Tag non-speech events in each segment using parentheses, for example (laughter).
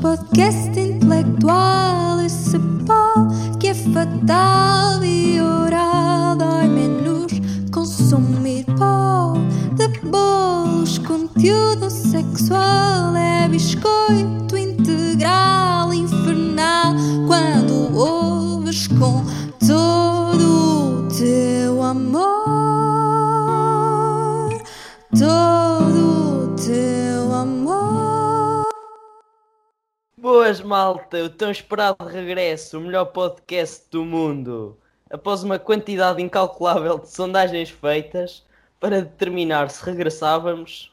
Podcast intelectual, esse pó que é fatal e oral. Dói menos consumir pó de bolos. Conteúdo sexual é biscoito integral, infernal. Quando ouves com todo o teu amor, todo o teu amor. Boas, malta, o tão esperado regresso, o melhor podcast do mundo. Após uma quantidade incalculável de sondagens feitas para determinar se regressávamos,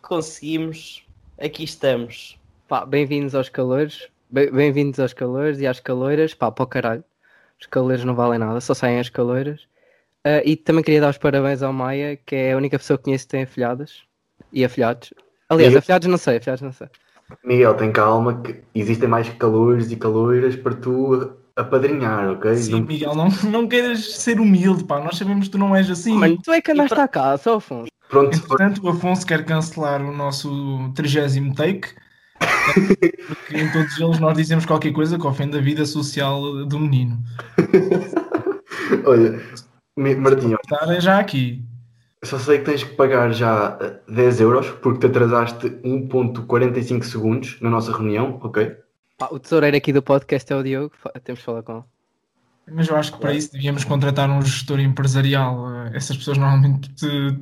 conseguimos, aqui estamos. Pá, bem-vindos aos calores, Bem- bem-vindos aos calores e às caloiras, pá, para o caralho. Os calores não valem nada, só saem as caloiras. Ah, e também queria dar os parabéns ao Maia, que é a única pessoa que conheço que tem afilhadas e afilhados. Aliás, Eu? afilhados não sei, afilhados não sei. Miguel, tem calma que existem mais calores e caloiras para tu apadrinhar, ok? Sim, Não- Miguel, não, não queiras ser humilde, pá. Nós sabemos que tu não és assim. Mano, tu é que andaste pra- à casa, só Afonso. Pronto, (laughs) Entretanto, o Afonso quer cancelar o nosso 30 take. Porque em todos eles nós dizemos qualquer coisa que ofende a vida social do menino. olha, Mi- Martinho, Estar é já aqui. só sei que tens que pagar já eh, 10 euros porque te atrasaste 1.45 segundos na nossa reunião, ok? Pá, o tesoureiro aqui do podcast é o Diogo, fa- temos de falar com ele. Mas eu acho que para isso devíamos contratar um gestor empresarial. Eh, Essas pessoas normalmente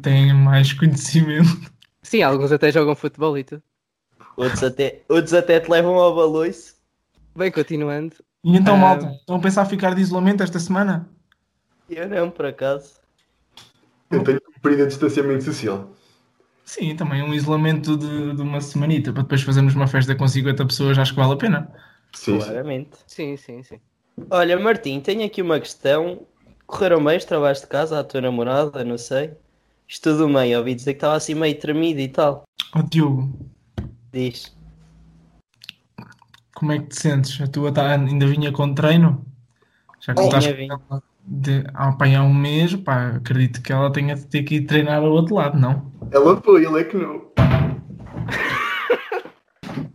têm mais conhecimento. Sim, alguns até jogam futebol e tudo. Outros até, outros até te levam ao baloiço. Bem, continuando. E então, Ah. malta, estão a pensar ficar de isolamento esta semana? Eu não, por acaso. Eu tenho cumprido o distanciamento social. Sim, também um isolamento de, de uma semanita para depois fazermos uma festa com 50 pessoas, acho que vale a pena. Sim, sim. Claramente. Sim, sim, sim. Olha, Martim, tenho aqui uma questão. Correram bem os trabalhos de casa à tua namorada, não sei? Estudo meio, ouvi dizer que estava assim meio tremido e tal. Ó, Diogo, Diz. como é que te sentes? A tua tá, ainda vinha com treino? Já que Vinha, estás com vinha. ela de, há, pá, há um mês, pá, acredito que ela tenha de ter que ir treinar ao outro lado, não? Ela foi, ele é que não.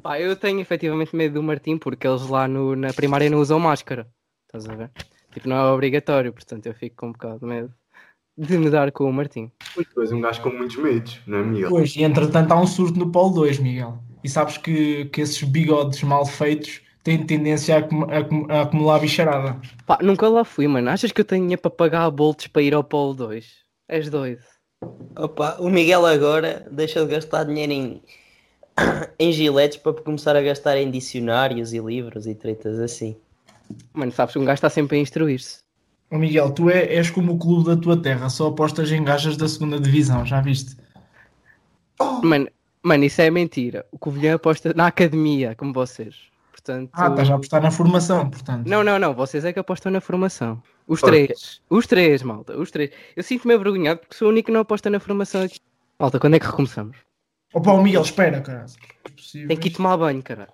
Pá, eu tenho efetivamente medo do Martim porque eles lá no- na primária não usam máscara. Estás a ver? Tipo, não é obrigatório, portanto eu fico com um bocado de medo de me dar com o Martim. Pois tu és um gajo com muitos medos, não é, Miguel? Pois, e entretanto há um surto no Polo 2, Miguel. E sabes que, que esses bigodes mal feitos têm tendência a, acum- a acum- a acumular bicharada. Pá, nunca lá fui, mano. Achas que eu tenho dinheiro para pagar a bolts para ir ao Polo 2? És doido. Opa, o Miguel agora deixa de gastar dinheiro em, em giletes para começar a gastar em dicionários e livros e tretas assim. Mano, sabes, um gajo está sempre a instruir-se. Ô, Miguel, tu é- és como o clube da tua terra, só apostas em gajas da segunda divisão, já viste? Mano, mano, isso é mentira. O Covilhã aposta na academia, como vocês. Portanto. Ah, estás a apostar na formação, portanto. Não, não, não. Vocês é que apostam na formação. Os Ah. três. Os três, malta. Os três. Eu sinto-me avergonhado porque sou o único que não aposta na formação aqui. Malta, quando é que recomeçamos? Opa, o Miguel, espera, caralho. Tem que ir tomar banho, cara.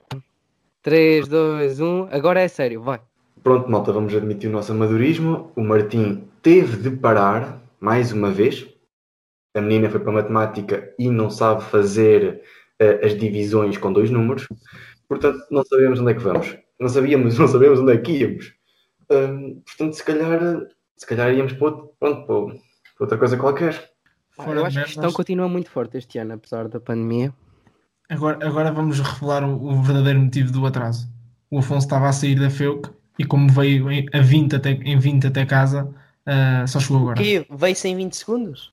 3, 2, 1. Agora é sério, vai. Pronto, malta, vamos admitir o nosso amadorismo. O Martim teve de parar mais uma vez. A menina foi para a matemática e não sabe fazer eh, as divisões com dois números. Portanto, não sabemos onde é que vamos. Não sabíamos, (laughs) não sabemos onde é que íamos. Hum, portanto, se calhar, se calhar íamos para, outro- pronto, para o- para outra coisa qualquer. Pá, Fora Eu de acho que a merdas. questão continua muito forte este ano, apesar da pandemia. Agora, agora vamos revelar o, o verdadeiro motivo do atraso. O Afonso estava a sair da FEUC e como veio em, a 20 até, em 20 até casa, ah, só chegou agora. Que veio sem 20 segundos?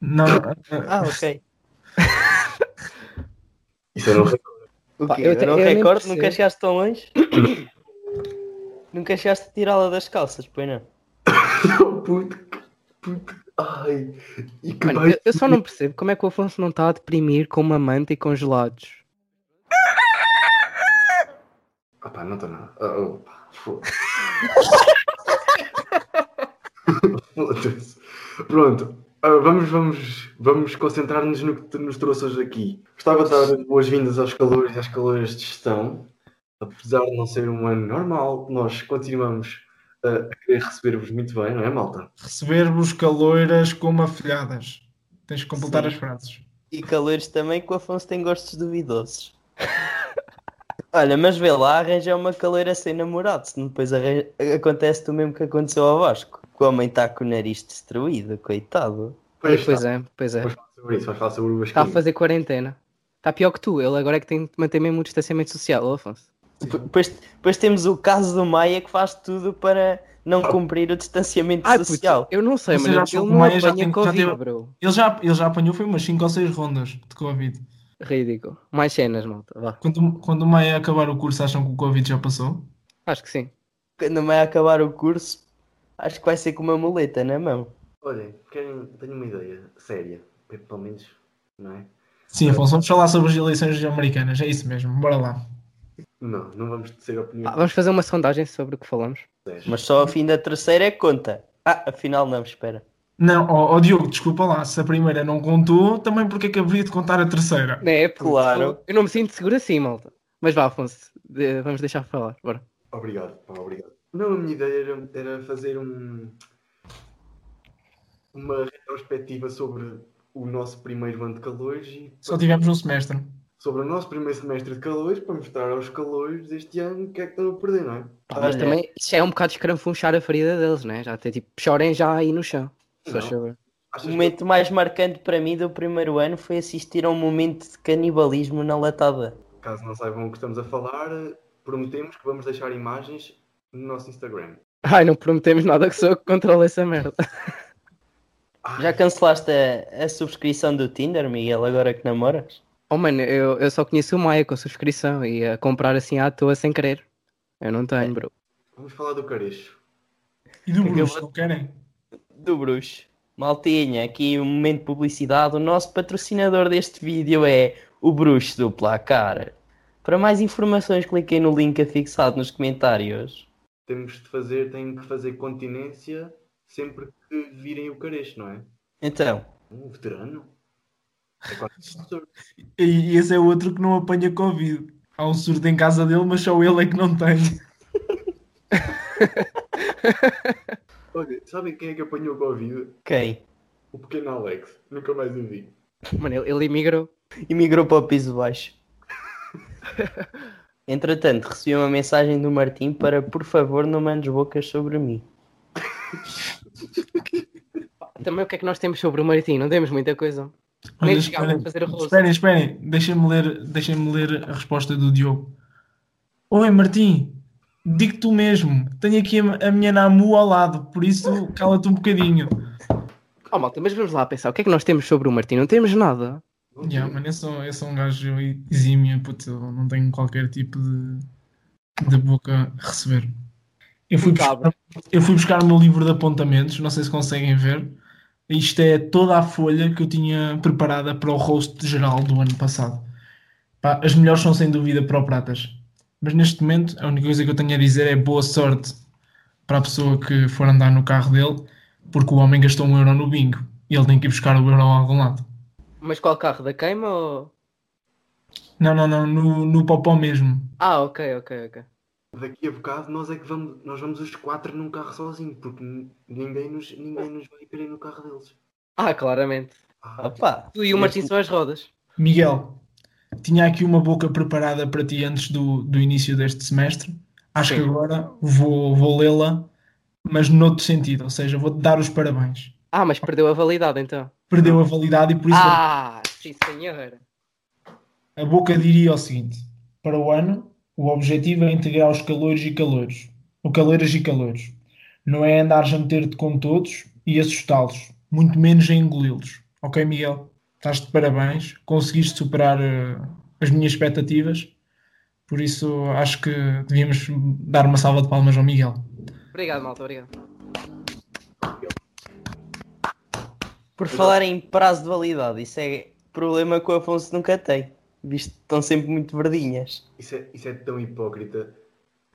Não, ah, Ah, ok. Isso era um (laughs) O Pá, quê? eu Eu te- não eu nem recordo, percebo. nunca chegaste tão longe. (coughs) nunca chegaste a tirá-la das calças, pois não? oh, puto, puto, ai, e que Mano, baita- eu, eu só não percebo como é que o Afonso não está a deprimir com uma manta e congelados. Ah pá, não estou nada. Ah, oh, pá, (laughs) foda-se. Foda-se. Pronto, Ah, vamos, vamos, vamos concentrar-nos no que te- nos trouxe hoje aqui. Gostava de dar as boas-vindas aos calores e às caloras de gestão. Apesar de não ser um ano normal, nós continuamos ah, a querer receber-vos muito bem, não é, malta? receber-vos caloiras como afilhadas. Tens que completar as frases. E calores também, que o Afonso tem gostos duvidosos. (laughs) Olha, mas vê lá, arranjar uma caleira sem namorado, senão depois arranja... acontece o mesmo que aconteceu ao Vasco. Que o homem está com o nariz destruído, coitado. Pois, está. é. é, pois é. Vamos falar sobre isso, vamos falar sobre o Está a Vasquinho. fazer quarentena. Está pior que tu, ele agora é que tem de manter mesmo o distanciamento social, ó Afonso. P- Depois, depois temos o caso do Maia que faz tudo para não cumprir o distanciamento Ah. Ai, puto, social. eu não sei, Você mas já ele, achou ele que o não Maia já apanha tem- já Covid, teve- bro. Ele já, ele já apanhou foi umas 5 ou 6 rondas de Covid. Ridículo. Mais cenas, malta. Vá. Quando, quando o Maia acabar o curso, acham que o Covid já passou? Acho que sim. Quando o Maia acabar o curso, acho que vai ser com uma muleta é na mão. Olhem, querem, tenho uma ideia séria. Pelo menos, não é? Sim, Afonso, vamos falar sobre as eleições americanas, é isso mesmo, bora lá. Não, não vamos tecer opinião. Ah, vamos fazer uma sondagem sobre o que falamos. Mas só ao fim da terceira é que conta. Ah, afinal não, espera. Não, ó ó, Diogo, desculpa lá, se a primeira não contou, também porque é que haveria de contar a terceira? É, puto, Claro. Eu não me sinto seguro assim, malta. Mas vá, Afonso, de- vamos deixar falar. Bora. Obrigado, pá, obrigado. Não, a minha ideia era, era fazer um, uma retrospectiva sobre o nosso primeiro ano de calores e Só tivemos um semestre. sobre o nosso primeiro semestre de calores para mostrar aos calores deste ano o que é que estão a perder, não é? Pá, mas Olha. também, isso é um bocado escranfunchar a ferida deles, né? Já até tipo, chorem já aí no chão. se Não. faz favor. Achas O que- momento mais marcante para mim do primeiro ano foi assistir a um momento de canibalismo na latada. Caso não saibam o que estamos a falar, eh, prometemos que vamos deixar imagens no nosso Instagram. Ai, não prometemos nada que sou eu que controle essa merda. Ai, Já cancelaste a, a subscrição do Tinder, Miguel, agora que namoras? Oh, mano, eu, eu só conheço o Maia com subscrição e a comprar assim à toa sem querer. Eu não tenho, bro. Vamos falar do carecho. E do que eu Bruxo, vou- não querem? Do bruxo. Maltinha, aqui um momento de publicidade. O nosso patrocinador deste vídeo é o Bruxo do Placar. Para mais informações, cliquem no link afixado nos comentários. Temos de fazer, tem que fazer continência sempre que virem o carecho, não é? Então, Um veterano? É quase um professor. E e esse é outro que não apanha Covid. Há um surdo em casa dele, mas só ele é que não tem. Olha, sabem quem é que apanhou o Covid? quem? O pequeno Alex. Nunca mais o vi. Mano, ele, ele emigrou. Emigrou para o piso (laughs) baixo. Entretanto, recebi uma mensagem do Martim para, por favor, não mandes bocas sobre mim. Também o que é que nós temos sobre o Martim? Não temos muita coisa. (laughs) Nem chegámos a fazer o rosto. esperem, esperem. Deixem-me ler, deixem ler a resposta do Diogo. Oi, Martim. Digo tu mesmo. Tenho aqui a, a minha Namu ao lado, por isso cala-te um bocadinho. Oh, malta, mas vamos lá pensar. O que é que nós temos sobre o Martim? Não temos nada. Não Yeah, vi. mano, eu sou, eu sou um gajo exímio, puto, eu não tenho qualquer tipo de, de boca a receber. Eu fui, buscar, Cabra. eu fui buscar o meu livro de apontamentos, não sei se conseguem ver. Isto é toda a folha que eu tinha preparada para o rosto geral do ano passado. Pá, as melhores são sem dúvida para o Pratas. Mas neste momento a única coisa que eu tenho a dizer é boa sorte para a pessoa que for andar no carro dele, porque o homem gastou um euro no bingo e ele tem que ir buscar o euro a algum lado. Mas qual carro? Da queima ou... Não, não, não, no, no Popó mesmo. Ah, ok, ok, ok. Daqui a bocado nós é que vamos, nós vamos os quatro num carro sozinho, porque n- ninguém nos, ninguém nos vai querer no carro deles. Ah, claramente. Ah, Opa! Tu e o Martim são as rodas. Miguel, tinha aqui uma boca preparada para ti antes do, do início deste semestre. Acho Sim. que agora vou, vou lê-la, mas noutro sentido, ou seja, vou-te dar os parabéns. Ah, mas perdeu a validade então. Perdeu a validade e por isso Ah, sim senhora. a boca diria o seguinte: para o ano, o objetivo é integrar os calores e calores. O caloras e calores. Não é andares a meter-te com todos e assustá-los, muito menos a engoli-los. Ok, Miguel? Estás de parabéns, conseguiste superar eh, as minhas expectativas, por isso acho que devíamos dar uma salva de palmas ao Miguel. Obrigado, malta, obrigado. Por falar em prazo de validade, isso é problema que o Afonso nunca tem. Visto que estão sempre muito verdinhas. Isso é, isso é tão hipócrita.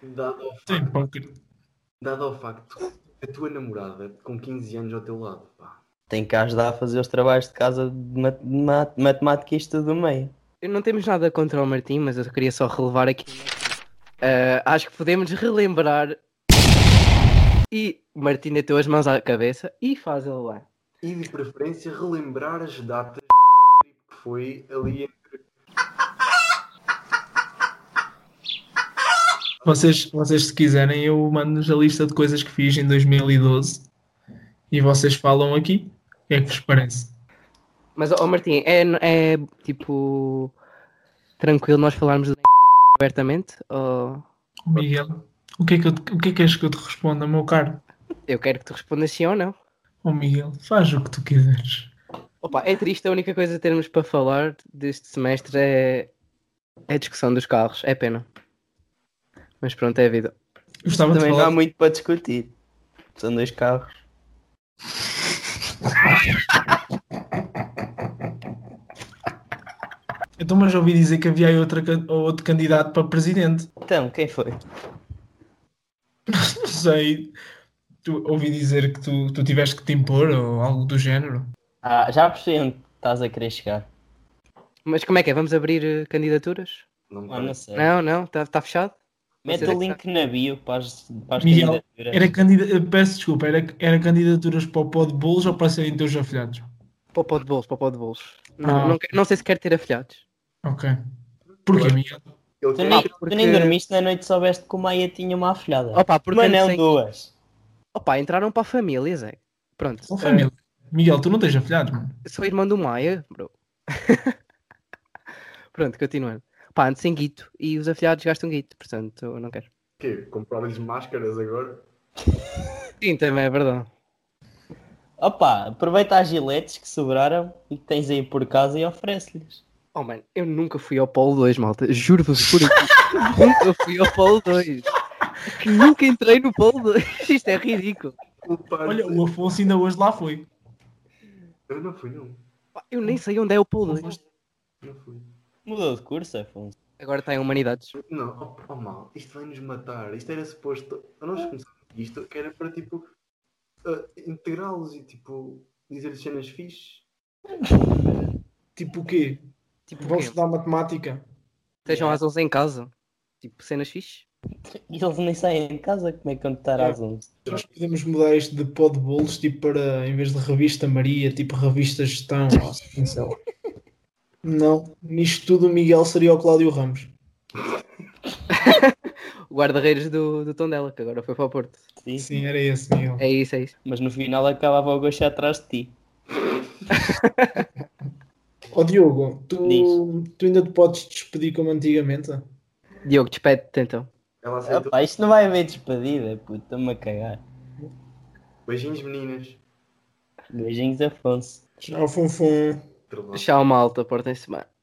Dado ao, Sim, hipócrita. dado ao facto a tua namorada com 15 anos ao teu lado, pá. Tem que a ajudar a fazer os trabalhos de casa de mat- de mat- matemática e isto do meio. Não temos nada contra o Martim, mas eu queria só relevar aqui. Ah, acho que podemos relembrar. E o Martim deitou as mãos à cabeça e faz ele lá. E de preferência relembrar as datas que foi ali entre Vocês, vocês, se quiserem, eu mando-vos a lista de coisas que fiz em 2012 e vocês falam aqui. O que é que vos parece? Mas, ó Martim, é, é tipo tranquilo nós falarmos de abertamente? Ou Miguel, o que é que, eu te- o que, é que és que eu te responda, meu caro? eu quero que tu respondas sim ou não? Oh, Miguel, faz o que tu quiseres. Opa, é triste, a única coisa que termos para falar deste semestre é é a discussão dos carros, é pena. Mas pronto, é a vida. Gostava de Também não há falar. muito para discutir. São dois carros. Então, mas ouvi dizer que havia aí outra, can- outro candidato para presidente. Então, quem foi? Não sei. Tu, ouvi dizer que tu, tu tiveste que te impor ou algo do género. Ah, já percebi onde estás a querer chegar. Mas como é que é? Vamos abrir eh, candidaturas? Não me Ah, não parece. sei. Não, não, está fechado? Mete Vocês é o que link na bio para as, para as Miguel, candidaturas. Era candida... eh, Peço desculpa, era, era candidaturas para o pó de bolos ou para serem teus afilhados? Para o pó de bolos, para o pó de bolos. Ah. Não, não, que- não sei se quero ter afilhados. Ok. Porquê, Miguel? Ele Tu quer- nem, porque- tu nem dormiste na noite e soubeste que o Maia tinha uma afilhada. Opa, porque Mas ando não sem- duas. Opa, entraram para a família, Zé. Pronto. São Então, família. Miguel, tu não tens afilhados, mano. Eu sou irmão do Maia, bro. (laughs) Pronto, continuando. Pá, ando sem guito e os afilhados gastam guito, portanto eu não quero. quê? Comprar-lhes máscaras agora? Sim, também é verdade. Opa, aproveita as giletes que sobraram e que tens aí por casa e oferece-lhes. Oh, mano, eu nunca fui ao Polo 2, malta. Juro-vos por aqui. nunca fui ao Polo 2. Que nunca entrei no Polo 2. (laughs) Isto é ridículo. Olha, o Afonso ainda hoje lá foi. Eu não fui, não. Pá, Eu nem sei onde é o Polo 2. Não fui. Mudou de curso, Afonso. Agora está em Humanidades. Não, oh, oh, mal, isto vai nos matar. Isto era suposto. a Nós começámos isto que era para tipo ah, integrá-los e tipo dizer-lhes cenas fixe. Tipo o quê? Tipo, Vão o quê? estudar matemática. Estejam às 11 em casa. Tipo, cenas fixe. E eles nem saem de casa, como é que vão estar às 11? Nós podemos mudar isto de pó de bolos, tipo para, em vez de revista Maria, tipo revista Gestão. ou assim, sei lá. Não, nisto tudo o Miguel seria o Cláudio Ramos. O guarda-reiros do, do Tondela, que agora foi para o Porto. Sim. Sim, era esse, Miguel. É isso, é isso. Mas no final acabava o gosto atrás de ti. Ó Diogo, tu, Diz. tu ainda te podes despedir como antigamente? Diogo, despede-te então. Ela aceitou. Opa, isto não vai haver despedida, puto, estou-me a cagar. Beijinhos, meninas. Beijinhos, Afonso. Tchau, Fonfon. Trelão. Tchau, malta. Portem-se bem.